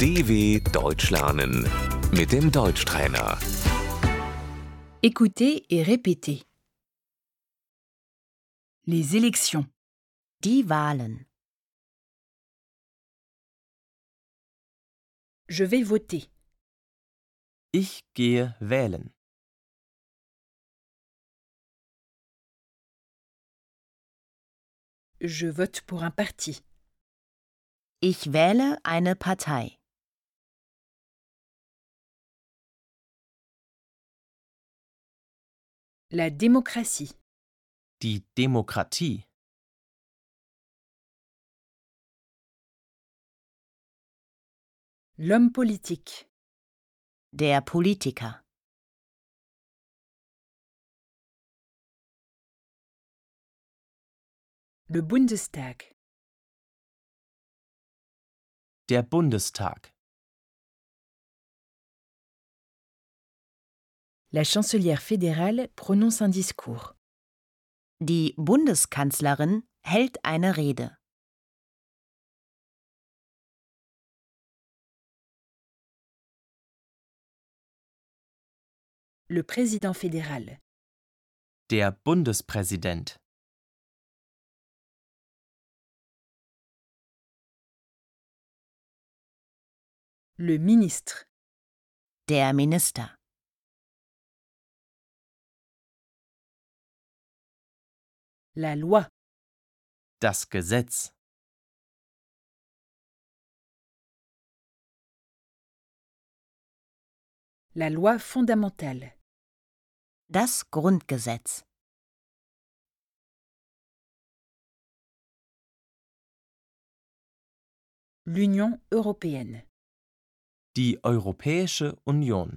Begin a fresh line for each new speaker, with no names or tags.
DW Deutsch lernen mit dem Deutschtrainer.
Écoutez et répétez. Les élections. Die Wahlen. Je vais voter.
Ich gehe wählen.
Je vote pour un parti. Ich wähle eine Partei. La démocratie.
Die Demokratie.
L'homme politique. Der Politiker. Le Bundestag.
Der Bundestag.
La chancelière fédérale prononce un discours. Die Bundeskanzlerin hält eine Rede. Le président fédéral.
Der Bundespräsident.
Le ministre. Der Minister. La loi.
Das Gesetz.
La loi fondamentale. Das Grundgesetz. L'Union européenne.
Die Europäische Union.